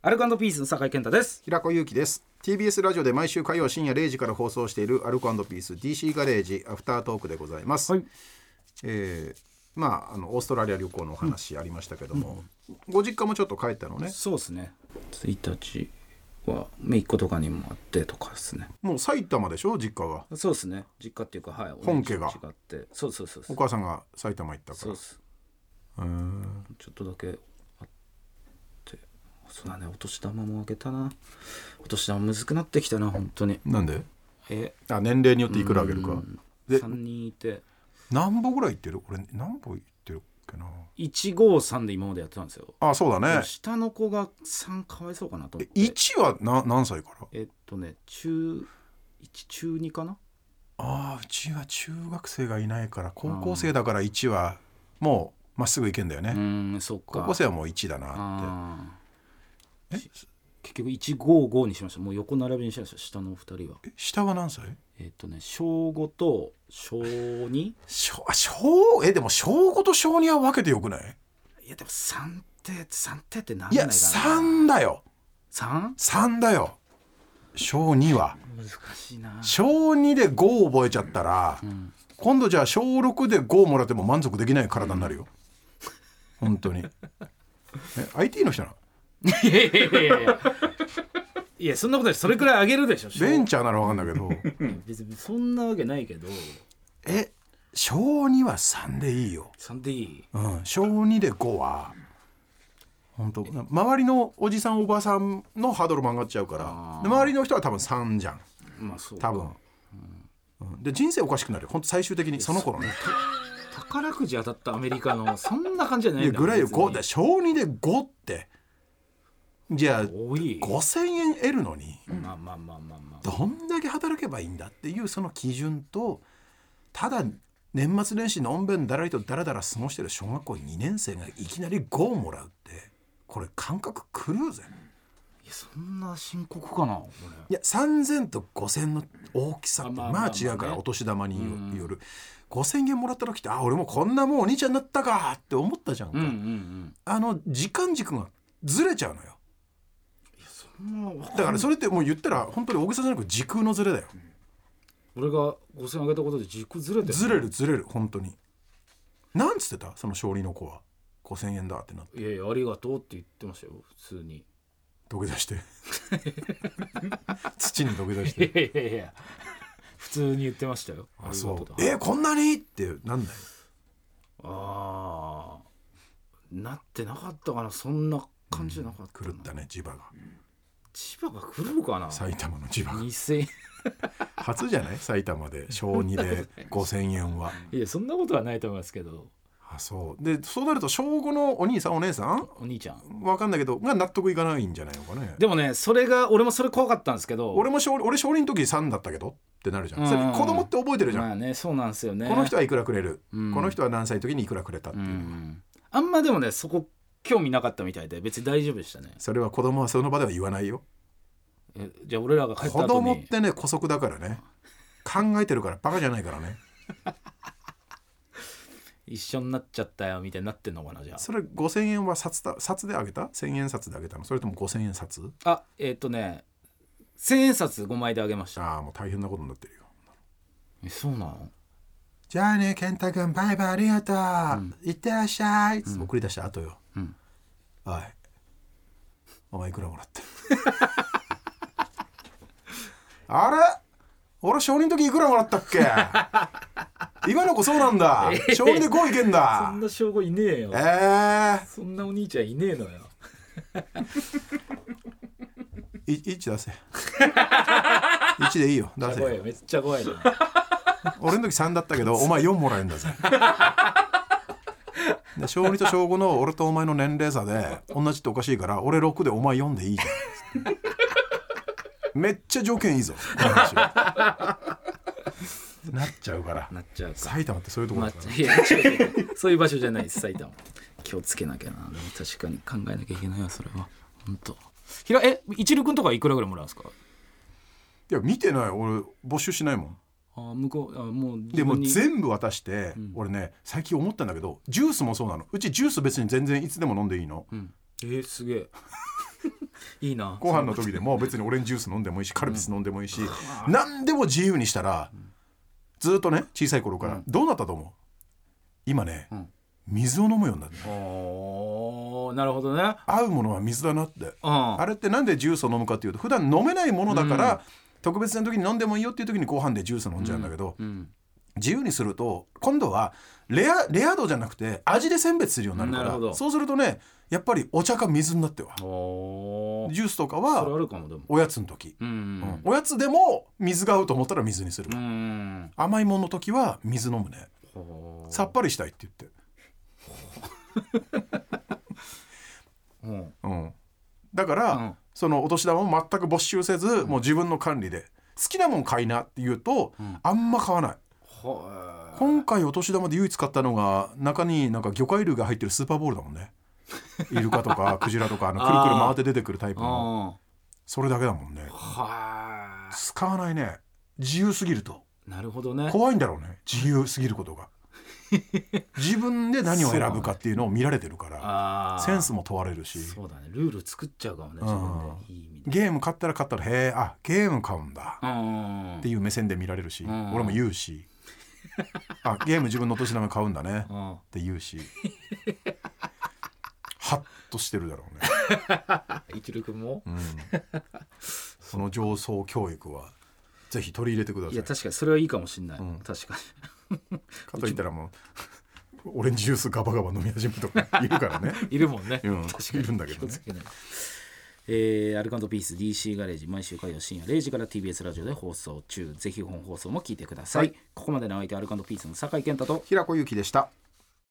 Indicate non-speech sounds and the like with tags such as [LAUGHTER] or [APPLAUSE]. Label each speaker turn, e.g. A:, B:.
A: アルコピースの酒井健太です
B: 平子祐希です TBS ラジオで毎週火曜深夜0時から放送しているアルコピース DC ガレージアフタートークでございます、
A: はい
B: えーまあ、あのオーストラリア旅行のお話ありましたけども、ご実家もちょっと帰ったのね
A: そうですね1日は姪っ子とかにもあってとかですね
B: もう埼玉でしょ実家は
A: そうですね実家っていうかはい
B: 本家が
A: お姉ちゃん違ってそうそうそうそ
B: お
A: う
B: 母さんが埼玉行ったか
A: そう
B: ら
A: です
B: うーん
A: ちょっとだけあってそうだねお年玉もあげたなお年玉むずくなってきたな本当に
B: なんで
A: え
B: あ年齢によっていくらあげるかで
A: 3人いて
B: 何歩ぐらい行ってる俺何歩行ってるっけな
A: 153で今までやってたんですよ
B: あそうだね
A: 下の子が3かわいそうかなと思って
B: 1はな何歳から
A: えっとね中1中2かな
B: ああうちは中学生がいないから高校生だから1はもうまっすぐ行けんだよね、
A: うーんそっか
B: 高校生はもう1だなっ
A: あ
B: てえ
A: ー結局155にしましたもう横並びにしました下のお二人は
B: え下は何歳
A: えっとね小5と小 2? [LAUGHS] い
B: 小あ小えでも小5と小2は分けてよくない
A: やでも3って3ってってなん
B: い
A: ないか
B: や
A: な
B: 3だよ
A: 3?
B: 3だよ小2は
A: 難しいな
B: 小2で5覚えちゃったら、
A: ん
B: 今度じゃあ小6で5もらっても満足できない体になるよ、本当にえ IT の人なの
A: [LAUGHS] いやいやいやいやいやいやそんなことないそれくらいあげるでしょ小
B: ベンチャーなら分かんないけど
A: 別にそんなわけないけど
B: え小2は3でいいよ
A: 3でいい
B: うん、小2で5は本当周りのおじさんおばさんのハードルも上がっちゃうから
A: あー
B: で周りの人は多分3じゃん
A: まあそう
B: 多分、うんで人生おかしくなるよ本当最終的にその頃ね
A: 宝くじ当たったアメリカのそんな感じじゃないい
B: や
A: んだ
B: ぐらいよ
A: 別に
B: 5で小2で5ってじゃあ
A: 多い
B: 5,000円得るのに
A: まあまあまあまあまあ
B: どんだけ働けばいいんだっていうその基準とただ年末年始のんべんだらりとだらだら過ごしてる小学校2年生がいきなり5をもらうってこれ感覚狂うぜ。
A: いやそんな深刻かなこ
B: いや3,000と5,000の大きさ
A: あ
B: って
A: ま
B: ま
A: あ
B: あ
A: まあまあね
B: 違うからお年玉によよる5,000円もらった時ってあ俺もこんなもうお兄ちゃんになったかって思ったじゃんか、
A: れうんうんうん
B: あの時間軸がずれちゃうのよ
A: いやそんなわかん
B: だからそれってもう言ったら本当に大げさじゃなく時空のずれだよ
A: 俺が5000あげたことで軸ずれて
B: ずれるずれる本当になんつってたその勝利の子は5,000円だってなって
A: いやいやありがとうって言ってましたよ普通に
B: 土下座して
A: [LAUGHS]
B: 土に土下座し
A: い
B: て
A: やいやいや普通に言ってましたよ
B: あそ
A: [LAUGHS]
B: う
A: ありがと
B: えこんなにってなんだよ
A: あーなってなかったかなそんな感じじゃなかったな
B: 狂ったね磁場が
A: 千葉が来るかな
B: 埼玉の磁場が
A: 2000 [LAUGHS]
B: 初じゃない埼玉で小2で5,000円はい
A: やそんなことはないと思いますけど
B: あそうでそうなると小5のお兄さんお姉さん
A: お兄ちゃん
B: わかんないけどが納得いかないんじゃないのかね
A: でもねそれが俺もそれ怖かったんですけど
B: 俺も小俺小2の時3だったけどってなるじゃ
A: うんん
B: それ子供って覚えてるじゃん、
A: まあねそうなんですよね
B: この人はいくらくれる、
A: うん
B: この人は何歳の時にいくらくれたって
A: う
B: いう、
A: んあんまでもねそこ興味なかったみたいで別に大丈夫でしたね
B: それは子供はその場では言わないよ
A: えじゃあ俺らが帰った
B: 子
A: 後
B: 供っ
A: に
B: てね姑息だからね考えてるからバカじゃないからね
A: 一緒になっちゃったよみたいになってんのかなじゃ
B: それ5,000円は札だ札であげた1,000円札であげたのそれとも5,000円札
A: ああえっ、とね千円札5枚であげました
B: ああもう大変なことになってるよ
A: えそうなの
B: じゃあね、健太君、バイバイありがとう。いってらっしゃい。送り出した後よ。
A: うん
B: おい。お前いくらもらって。 [LAUGHS] あれ俺、小人の時いくらもらったっけ
A: [LAUGHS]
B: 今の子そうなんだ。小人で5いけん
A: そ
B: だ
A: ん。な証拠いねえよ
B: えー、
A: そんなお兄ちゃんいねえのよ
B: い1出せ。1でいいよ。出せ。
A: 怖いめっちゃ怖いな
B: 俺の時3だったけどお前4もらえるんだ [LAUGHS] ぜで小2と小5の俺とお前の年齢差で同じっておかしいから俺6でお前4でいいじゃんめっちゃ条件いい [LAUGHS] ぞこの話はなっちゃうから
A: なっちゃうか
B: 埼玉ってそういうとこ
A: ま
B: ろ
A: あ
B: だから、
A: いや違う違う違うそういう場所じゃないです埼玉気をつけなきゃなでも確かに考えなきゃいけないわそれは本当ひらえ一流君とかいくらぐらいもらうんですか
B: いや見てない俺募集しないもん
A: あー向こうあもう
B: で
A: 自
B: も
A: 分
B: う
A: に
B: 全部渡して、俺ね最近思ったんだけどジュースもそうなのうちジュース別に全然いつでも飲んでいいの
A: [LAUGHS] うん、えー、すげえいいな
B: ご飯の時でも別にオレンジジュース飲んでもいいしカルピス飲んでもいいし、何でも自由にしたらずっとね小さい頃からどうなったと思う今ね
A: ん
B: 水を飲むようになった
A: おーなるほどね
B: 合うものは水だなって
A: うん
B: あれってなんでジュースを飲むかっていうと普段飲めないものだから、特別な時に飲んでもいいよっていう時にご飯でジュース飲んじゃうんだけど、
A: うん
B: 自由にすると今度はレアレア度じゃなくて味で選別するようになるか
A: なる
B: ら
A: ほど
B: そうするとねやっぱりお茶か水になっては
A: おー
B: ジュースとか
A: それあ
B: は
A: るかもでも
B: おやつの時、
A: う
B: うん
A: ん
B: おやつでも水が合うと思ったら水にする、
A: うん
B: 甘いものの時は水飲むね
A: ほー
B: さっぱりしたいって言って、
A: うん
B: うん、だから、
A: うん
B: そのお年玉も全く没収せず、もう自分の管理で好きなもん買いなって言うと、
A: ん
B: あんま買わない
A: ほー
B: 今回お年玉で唯一買ったのが中になんか魚介類が入ってるスーパーボールだも
A: [LAUGHS]
B: んねイルカとかクジラとかあのくるくる回って出てくるタイプの
A: あ
B: それだけだもんね
A: ーは
B: 使わないね自由すぎると
A: ーなるほどね
B: 怖いんだろうね自由すぎるこ
A: [LAUGHS]
B: とが自分で何を選ぶかっていうのを見られてるから
A: あー
B: センスも問われるし
A: そうだねルール作っちゃうかもね自分でいい意味で
B: ゲーム買ったら買ったらへえあゲーム買うんだ
A: うん
B: っていう目線で見られるし
A: ん
B: 俺も言うしあゲーム自分のお年玉買うんだね
A: うん
B: って言うしハッとしてるだろうね、
A: 一流君も
B: うん、その上層教育はぜひ取り入れてくだ
A: い
B: さ
A: や
B: いか
A: 確かにそれはいいかもしれない、
B: うん
A: 確か
B: といったらもうオレンジジュースガバガバ飲み始めるとかいるからね
A: にいるもんね、
B: うん
A: 確かに
B: いるんだけど
A: 気
B: ね
A: をつけないえーアルカンドピース DC ガレージ毎週火曜深夜0時から TBS ラジオで放送中ぜひ本放送も聞いてください、
B: は
A: ここまでのお相手アルカンドピースの酒井健太と
B: 平子祐希でした